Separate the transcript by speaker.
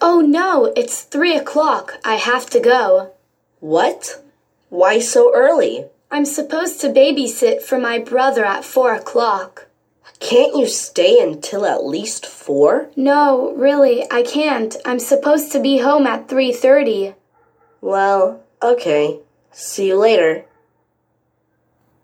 Speaker 1: Oh, No, it's three o'clock. I have to go.
Speaker 2: What? Why so early?
Speaker 1: I'm supposed to babysit for my brother at four o'clock.
Speaker 2: Can't you stay until at least four?
Speaker 1: No, really, I can't. I'm supposed to be home at 3:30.
Speaker 2: Well, okay. See you later.